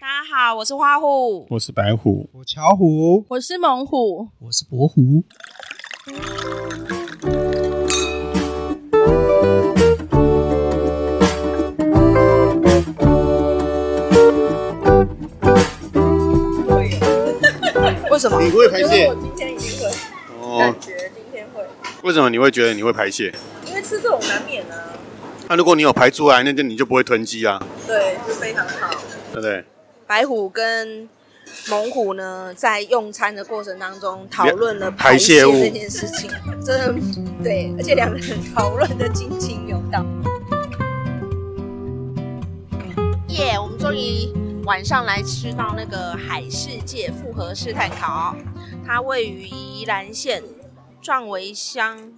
大家好，我是花虎，我是白虎，我巧虎，我是猛虎。我是博虎。为什么？你会排泄今天一定会，哦？觉今天会，为什么你会觉得你会排泄？因为吃这种难免啊。那、如果你有排出来，那就你就不会囤积啊，对，就非常好。对不对？白虎跟猛虎呢，在用餐的过程当中讨论了排泄泄物这件事情，真的对，而且两个人讨论的津津有道。耶我们终于晚上来吃到那个海世界复合式炭烤，它位于宜兰县壮围乡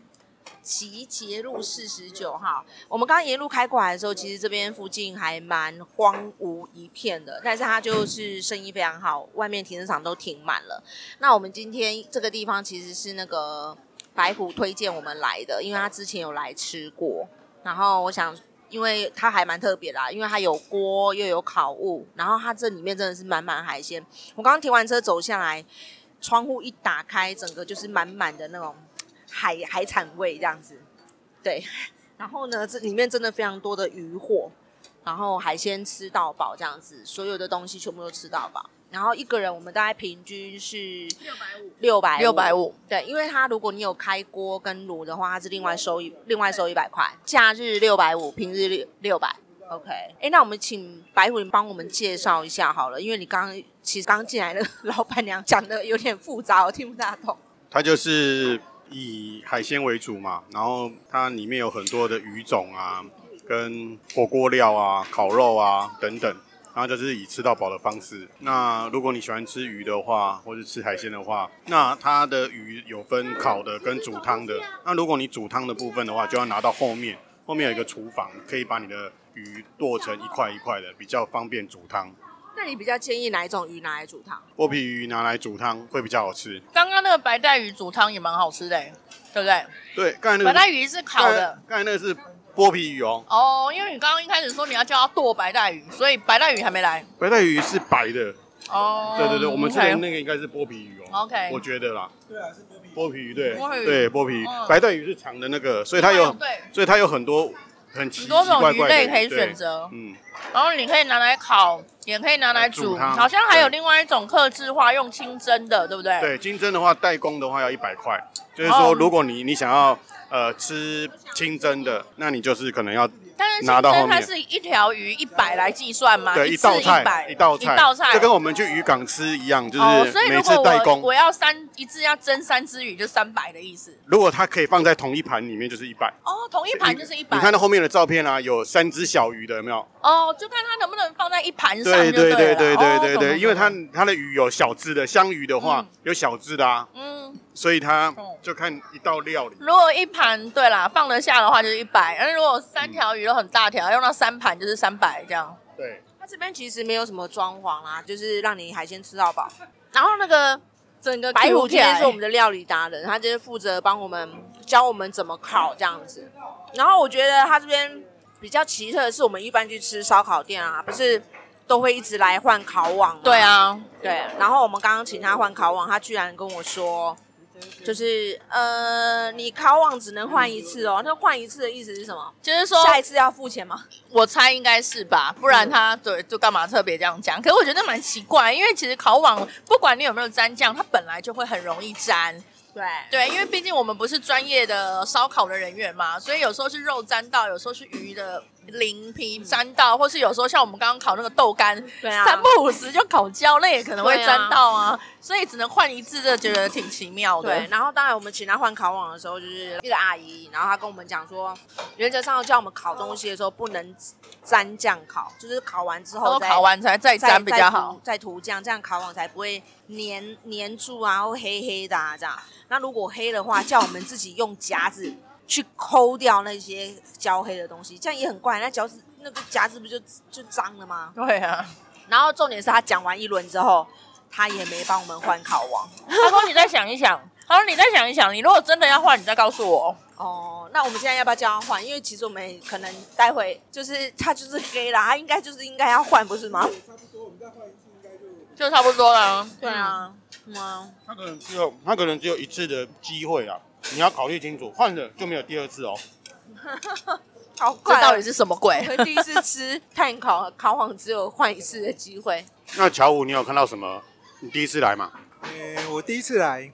集结路四十九号。我们刚刚沿路开过来的时候，其实这边附近还蛮荒芜一片的，但是它就是生意非常好，外面停车场都停满了。那我们今天这个地方其实是那个白虎推荐我们来的，因为他之前有来吃过，然后我想。因为它还蛮特别啦，因为它有锅又有烤物，然后它这里面真的是满满海鲜。我刚刚停完车走下来，窗户一打开，整个就是满满的那种海海产味这样子。对，然后呢，这里面真的非常多的鱼货，然后海鲜吃到饱这样子，所有的东西全部都吃到饱。然后一个人我们大概平均是六百五，六百五，对，因为它如果你有开锅跟炉的话，它是另外收一另外收一百块，假日六百五，平日六六百。OK，哎，那我们请白虎你帮我们介绍一下好了，因为你刚刚其实刚进来那个老板娘讲的有点复杂，我听不大懂。它就是以海鲜为主嘛，然后它里面有很多的鱼种啊，跟火锅料啊、烤肉啊等等，然后就是以吃到饱的方式。那如果你喜欢吃鱼的话，或是吃海鲜的话，那它的鱼有分烤的跟煮汤的。那如果你煮汤的部分的话，就要拿到后面，后面有一个厨房，可以把你的鱼剁成一块一块的，比较方便煮汤。那你比较建议哪一种鱼拿来煮汤？剥皮鱼拿来煮汤会比较好吃。刚刚那个白带鱼煮汤也蛮好吃的、欸对不嗯对？对，刚才那个白带鱼是烤的刚才那个是剥皮鱼哦，哦，因为你刚刚一开始说你要叫它剁白带鱼，所以白带鱼还没来。白带鱼是白的。哦，对对对，我们之前 OK 那个应该是剥皮鱼哦。 OK 我觉得啦。对啊，是剥皮鱼。对，剥皮鱼对剥皮鱼嗯，白带鱼是长的那个，所以它有，对，所以它有很多很奇奇很多种怪鱼怪类的可以对选择，嗯，然后你可以拿来烤，也可以拿来煮煮，汤好像还有对另外一种克制化用清蒸的，对不对？对，金针的话，代工的话要一百块，就是哦说如果你你想要呃吃清蒸的，那你就是可能要但是清拿到后蒸面它是一条鱼一百来计算嘛，对啊一次道一百菜一道一道菜，就跟我们去渔港吃一样，就哦，是所以每如次果代我工我。要三一次要蒸三只鱼，就三百的意思。如果它可以放在同一盘里面，就是一百。哦，同一盘就是一百你看到后面的照片啊，有三只小鱼的，有没有？哦，就看它能不能放在一盘上对就对对了对对对对哦懂对，懂因为它懂它的鱼有小只的，香鱼的话嗯有小只的啊，嗯，所以它哦就看一道料理。如果一盘对啦放得下的话就是一百，但是如果三条鱼都很大条，用到三盘就是三百这样。对，它这边其实没有什么装潢啦、就是让你海鲜吃到饱。然后那个整个白虎 Q 今起来天是我们的料理达人，他就是负责帮我们教我们怎么烤这样子。然后我觉得他这边比较奇特的是，我们一般去吃烧烤店啊，不是都会一直来换烤网吗？对啊，对。然后我们刚刚请他换烤网，他居然跟我说，就是呃，你烤网只能换一次哦。那换一次的意思是什么？就是说下一次嗯要付钱吗？我猜应该是吧，不然他对就干嘛特别这样讲？可是我觉得蛮奇怪，因为其实烤网不管你有没有沾酱，它本来就会很容易沾。对对，因为毕竟我们不是专业的烧烤的人员嘛，所以有时候是肉沾到，有时候是鱼的鳞皮沾到，或是有时候像我们刚刚烤那个豆干，对啊三不五时就烤焦，那也可能会对啊沾到啊，所以只能换一次，这觉得挺奇妙的对，。然后当然我们请他换烤网的时候，就是一个阿姨，然后她跟我们讲说，原则上叫我们烤东西的时候不能沾酱烤，就是烤完之然后后再烤完才再再沾比较好。，再涂再涂酱，这样烤网才不会粘粘住啊，或黑黑的啊这样。那如果黑的话，叫我们自己用夹子去抠掉那些焦黑的东西，这样也很怪，那脚趾那个夹子不就就脏了吗？对 啊，然后重点是他讲完一轮之后，他也没帮我们换烤网。他说你再想一想，他说你再想一想，你如果真的要换，你再告诉我。哦，那我们现在要不要交换？因为其实我们可能待会就是他就是黑啦，他应该就是应该要换，不是吗？就差不多了。对啊，嗯，他可能只有他可能只有一次的机会啊啦，你要考虑清楚，换了就没有第二次哦。好这快哦、到底是什么 鬼？我第一次吃碳烤烤网只有换一次的机会，那乔五，你有看到什么？你第一次来嘛？呃，我第一次来，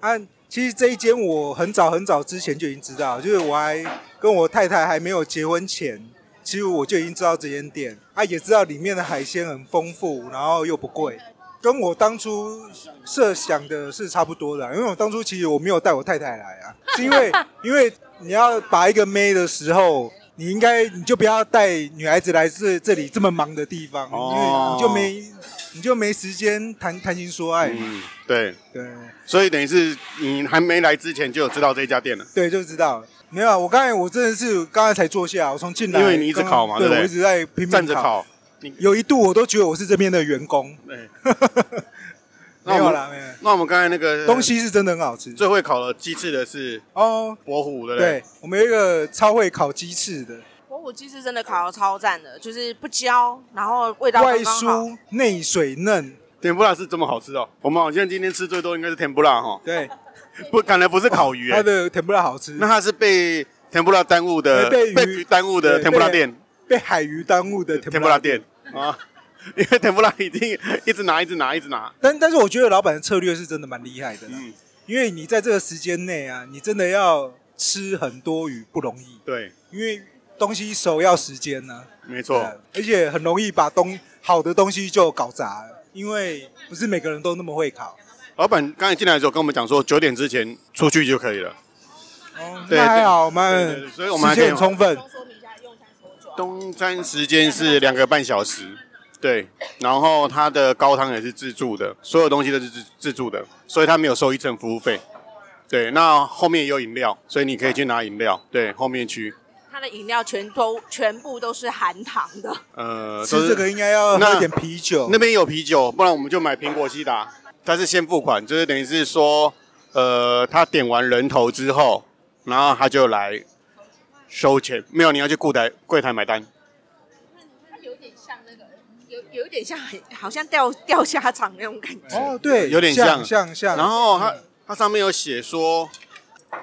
啊，其实这一间我很早很早之前就已经知道，就是我还跟我太太还没有结婚前，其实我就已经知道这间店，啊，也知道里面的海鲜很丰富，然后又不贵，跟我当初设想的是差不多的啊，因为我当初其实我没有带我太太来啊，是因为因为你要把一个妹的时候。你应该你就不要带女孩子来这这里这么忙的地方，哦因为你就没你就没时间谈谈情说爱嘛。嗯，对，对所以等于是你还没来之前就有知道这家店了。对，就知道了。没有啊，我刚才我真的是刚才才坐下，我从进来，因为你一直刚刚烤嘛对对不对我一直在拼命站着烤，烤，有一度我都觉得我是这边的员工。对。 那没我有们 啦，没有啦。那我们刚才那个东西是真的很好吃最会烤的鸡翅的是哦。伯虎，对不对？对，我们有一个超会烤鸡翅的，我我鸡翅真的烤的超赞的，就是不焦，然后味道外刚刚好。酥内水嫩。甜不辣是这么好吃哦。我们好像今天吃最多应该是甜不辣哈，对，不，感觉不是烤鱼、它欸，的甜不辣好吃哦那，它是被甜不辣耽误的，被被鱼鱼耽误的对甜不辣被店，被海鱼耽误的甜甜不不辣辣。店啊，因为甜不辣已经 一直拿，一直拿，一直拿，但但是我觉得老板的策略是真的蛮厉害的啦，嗯，因为你在这个时间内啊，你真的要吃很多鱼不容易。对，因为东西熟要时间呢、没对错，啊，而且很容易把东好的东西就搞砸了，因为不是每个人都那么会烤。老板刚才进来的时候跟我们讲说，九点之前出去就可以了。哦，对那还好，我对对们对所以我们还时可以呃间很充分。东餐时间是两个半小时，对，然后它的高汤也是自助的，所有东西都是自自助的，所以它没有收一层服务费。对，那后面也有饮料，所以你可以去拿饮料。对，后面去，它的饮料全都全部都是含糖的，呃，都吃是这个应该要那喝点啤酒那，边有啤酒，不然我们就买苹果西达。它是先付款，就是等于是说，呃，他点完人头之后，然后他就来收钱。没有，你要去柜台柜台买单。有点像那个，有有一点像好像钓钓虾场那种感觉。哦，对，有点像像像像，然后它它上面有写说，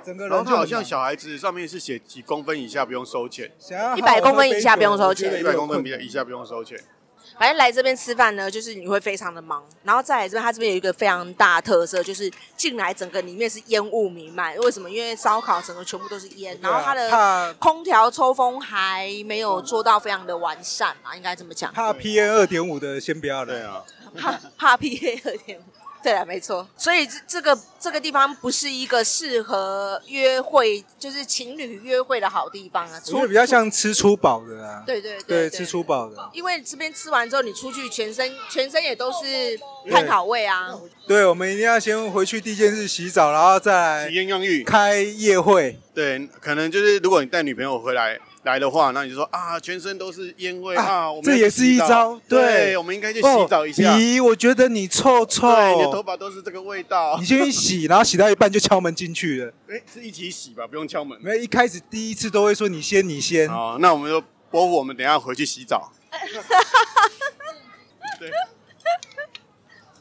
整个然后人它就好像小孩子上面是写几公分以下不用收钱，一100公分以下不用收钱一百公分以下不用收钱。反正来这边吃饭呢，就是你会非常的忙，然后再来这边，它这边有一个非常大的特色，就是进来整个里面是烟雾弥漫。为什么？因为烧烤整个全部都是烟，然后它的啊怕空调抽风还没有做到非常的完善啊，应该这么讲。怕 PM 二点五的先不要对了，啊，怕怕 PA 二点五。对了，没错，所以这这个这个地方不是一个适合约会，就是情侣约会的好地方啊。我出觉得比较像吃粗饱的啊，对对对对，吃粗饱的。因为这边吃完之后，你出去全身全身也都是碳烤味啊。对，我们一定要先回去第一件事洗澡，然后再体来验用浴。开夜会。啊对，可能就是如果你带女朋友回来来的话，那你就说啊，全身都是烟味啊啊，我们这要去也是洗一澡招对，对我们应该去洗澡一下。咦，我觉哦得你臭臭，对，你的头发都是这个味道你。先去洗，然后洗到一半就敲门进去了。哎，是一起洗吧，不用敲门。没有，一开始第一次都会说你先，你先。好，那我们就伯虎，我们等一下回去洗 澡。对，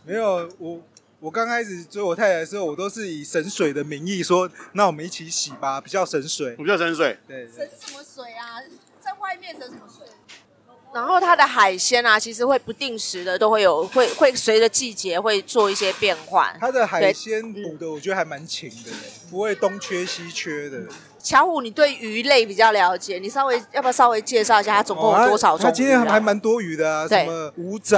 没有，我我刚开始追我太太的时候，我都是以省水的名义说，那我们一起洗吧，比较省水。我比较深水。对，对省什么水啊？在外面省什么水？然后它的海鲜啊，其实会不定时的都会有，会会随着季节会做一些变换。它的海鲜补的，我觉得还蛮勤的，不会东缺西缺的。巧虎，你对鱼类比较了解，你稍微要不要稍微介绍一下它总共有哦它多少种、啊它今天还蛮多鱼的啊，对什么五仔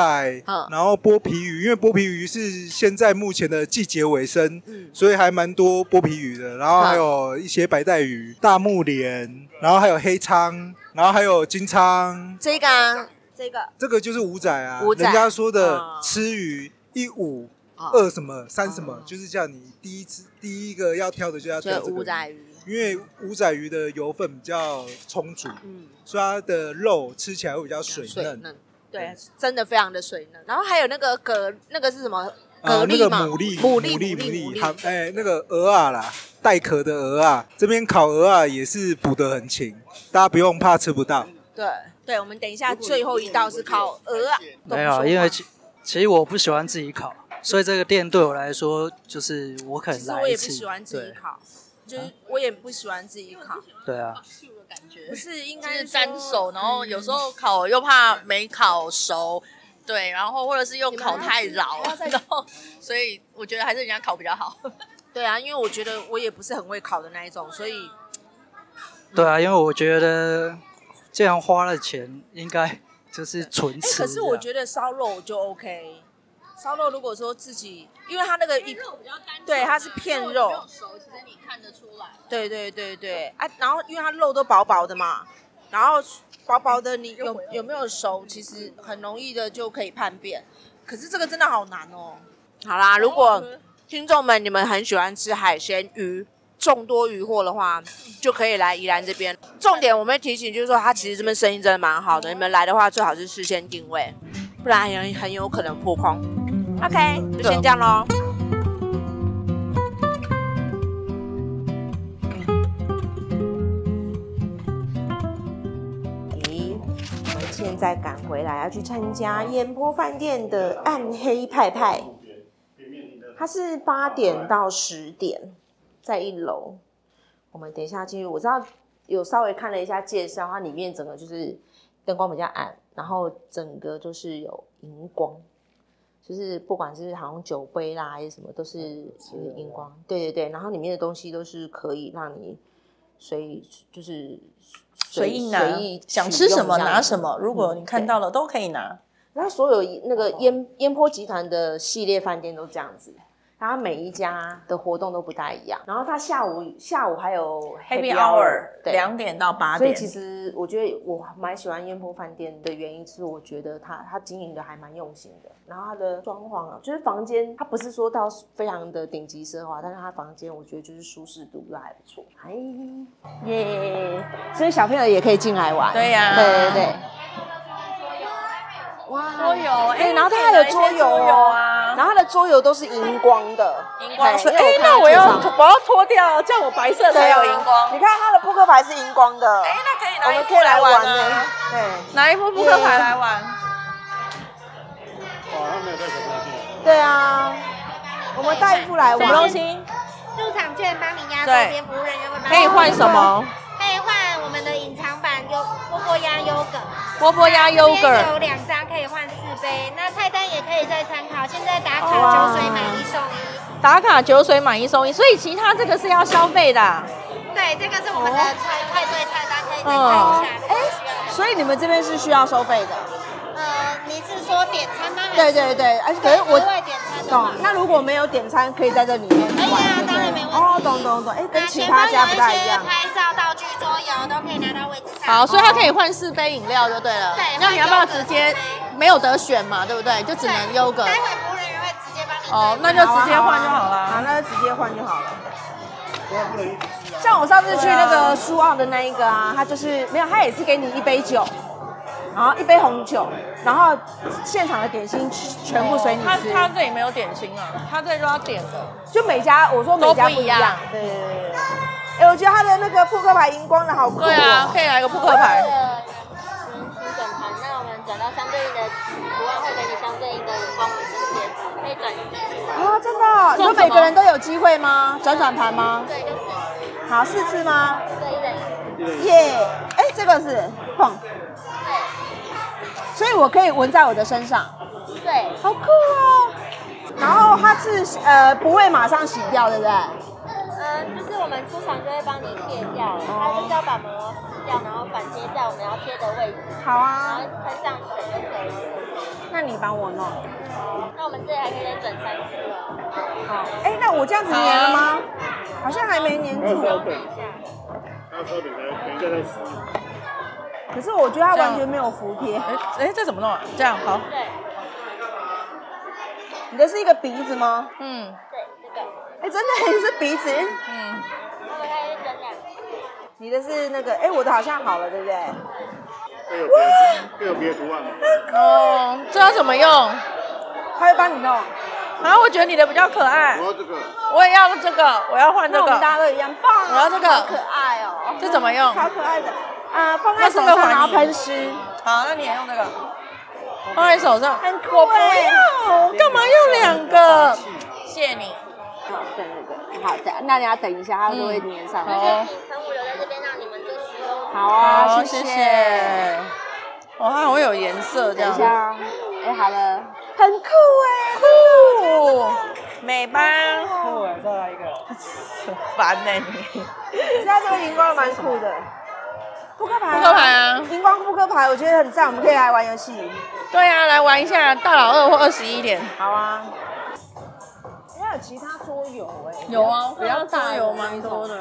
嗯，然后剥皮鱼，因为剥皮鱼是现在目前的季节尾声，嗯所以还蛮多剥皮鱼的，然后还有一些白带鱼、大木莲，然后还有黑鲳，然后还有金鲳，这个啊，这个这个就是五仔啊，五仔人家说的嗯吃鱼一五哦二什么三什么嗯，就是叫你第一次第一个要挑的就要所以挑这五个，仔鱼，因为五仔鱼的油分比较充足，嗯，所以它的肉吃起来会比较水嫩。嫩，对，真的非常的水嫩。然后还有那个蛤，那个是什么啊蛤那蜊个嘛牡蛎、牡牡蛎牡蛎牡牡蛎蛎，还哎那个鹅啊啦，带壳的鹅啊，这边烤鹅啊也是补得很勤，大家不用怕吃不到。对对，我们等一下最后一道是烤鹅啊，都不没说有，因话为其其实我不喜欢自己烤，所以这个店对我来说就是我可其能实来我一也不次，喜欢自己对啊烤，就是我也不喜欢自己 烤，对啊，的感觉不。是应就该是是沾说手，然后有时。嗯候烤又怕没烤熟，对，然后或者是又烤太老你们还要，再然后所以我觉得还是人家烤比较 好。对啊，因为我觉得我也不是很会烤的那一种，所以啊对啊，因为我觉得既然花了钱，应该就是纯哎、吃这可样。是我觉得烧肉就 OK。烧肉如果说自己，因为它那个比一，较单纯啊对它是片肉没有熟，其实你看得出来。啊对对对对啊，然后因为它肉都薄薄的嘛，然后薄薄的你有有没有熟，其实很容易的就可以叛变。可是这个真的好难哦。好啦，如哦果听众们你们很喜欢吃海鲜鱼。众多鱼货的话，就可以来宜兰这边。重点我们提醒就是说，它其实这边生意真的蛮好的。你们来的话，最好是事先定位，不然很很有可能破空。OK，就先这样喽。咦，我们现在赶回来要去参加烟波饭店的暗黑派派，它是八点到十点，在一楼。我们等一下进去，我知道有稍微看了一下介绍，它里面整个就是灯光比较暗，然后整个就是有荧光。就是不管是好像酒杯啦还是什么，都是就是荧光，对对对，然后里面的东西都是可以让你随就是随意拿随意，想取吃用什么这样拿子嗯什么。如果你看到了，都可以拿。那所有那个烟烟波集团的系列饭店都这样子，然后每一家的活动都不太一样。然后他下午下午还有 Happy hour， Hour 对。两点到八所以点，其实我觉得我蛮喜欢烟波饭店的原因是，我觉得它它经营的还蛮用心的。然后它的装潢啊，就是房间，它不是说到非常的顶级奢华，但是它房间我觉得就是舒适度都还不错。哎，耶！所以小朋友也可以进来玩。对呀对对对。啊哇，桌游对，哎然后它可以还来有一些桌游桌游哦啊然后它的桌游都是荧光的，荧光色。嘿哎，那我要我要脱掉，这样我白色才有荧光。啊你看它的扑克牌是荧光的，哎，那可以我拿一们可副以来玩呢啊，。对拿一副扑克牌来玩。哇，他没有带小朋友进来。对啊，我们带一副来什玩么东西？入场券帮你压对周边服务人员会帮你可以换什？么？可以换我们的隐藏版优波波鸭优格，波波鸭这边 yogurt。有两张可以换四杯，那菜单也可以再参考。现在打哇卡酒水买一送一，打卡酒水买一送一，所以其他这个是要消费的啊、对，这个是我们的菜派对菜单，可以再看一下。哎、所以你们这边是需要收费的。呃，你是说点餐吗？对对对，而且可是我我会点餐的懂话。。哦那如果没有点餐，可以在这里面可以玩，啊对，不当对？然没问题。哦，懂懂懂，哎，跟那其前他方家不太有一些样。拍照道具、桌游都可以拿到位置上。好，所以它可以换四杯饮料就对了。对那你要不要换优格直接四杯没有得选嘛？对不对？就只对能优格。待会服务人员会直接帮你。哦，那就直接换就好啊好，了。那就直接换就好了。啊像我上次去那个苏澳的那一个啊，他就是没有，他也是给你一杯酒，然后一杯红酒，然后现场的点心全部随你他吃，他这里没有点心啊，他这里都要点的。就每家我说每家都不一一样对对对对对。哎，我觉得他的那个扑克牌荧光的好酷哦。对啊，可以来个扑克牌。牌。请转盘，那我们转到相对应的图案，会给你相对应的荧光纹身贴纸，可以转四次。啊，真的哦，你送说什么每个人都有机会吗？转转盘吗？对，就四好，四次吗？次，对，一人一次。耶！哎，这个是棒，所以我可以纹在我的身上，对，好酷哦。然后它是呃不会马上洗掉，对不对？嗯，就是我们出厂就会帮你卸掉了，它就是要把膜撕掉，然后反贴在我们要贴的位置，好然啊后，喷上水就可以了。那你帮我弄。那我们这里还可以再转三次哦，好，哎，那我这样子粘了吗？好像还没粘住，等一下。还有烧饼，等一下再吃。可是我觉得它完全没有服帖。哎哎，这怎么弄啊？这样好。对你的是一个鼻子吗？嗯对，这个，哎，真的你是鼻子，嗯，那我们还以转两次。你的是那个，哎，我的好像好了，对不对？会有别会有别的图案吗？哦，这要怎么用？他会帮你弄。然后我觉得你的比较可爱，我要这个，我也要这个，我要换这那我个。们大家都一样，棒、啊！我要这个好可爱哦，这怎么用超可爱的，啊、放在那是手不是上还然后你喷湿。好，那你也用这个，放在手上。我不要，干嘛用两个？谢谢你。好，对对对，好，这样那你要等一下，它就会粘上。好哦喷雾留在这边，让你们这使用。好啊谢好谢谢谢。哇，它会有颜色这等样。一下啊，哎，好了，很酷哎、酷，美吧？酷哎，再来一个， 烦呢、你。现在这个荧光蛮酷的，扑克牌、扑克牌啊荧光扑克牌，我觉得很赞，我们可以来玩游戏。对啊，来玩一下大老二或二十一点。好啊。还有其他桌游哎、有啊，比较大桌的游蛮多的。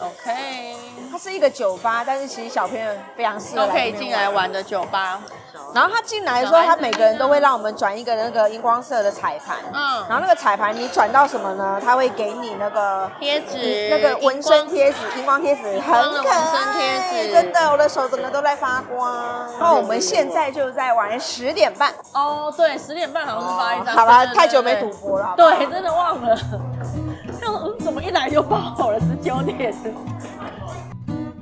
OK，它是一个酒吧，但是其实小朋友非常适合都可来以这边进来玩的酒吧。然后他进来的时候，他每个人都会让我们转一个那个荧光色的彩盘，嗯然后那个彩盘你转到什么呢？他会给你那个贴纸那个纹身贴纸、荧光贴纸，很的可嗯纹身爱，贴纸真的，我的手整个都在发光。然后我们现在就在玩十点半，哦，对，十点半好像是发一张。哦好吧，吧，太久没赌博了，好不好对，真的忘了。 像嗯，怎么一来就爆了？十九点。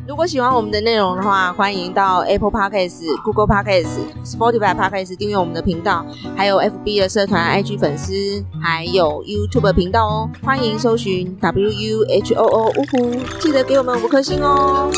如果喜欢我们的内容的话，欢迎到 Apple Podcast、Google Podcast、Spotify Podcast 订阅我们的频道，还有 FB 的社团、IG 粉丝，还有 YouTube 频道哦。欢迎搜寻 W U H O O 呜呼，记得给我们五颗星哦。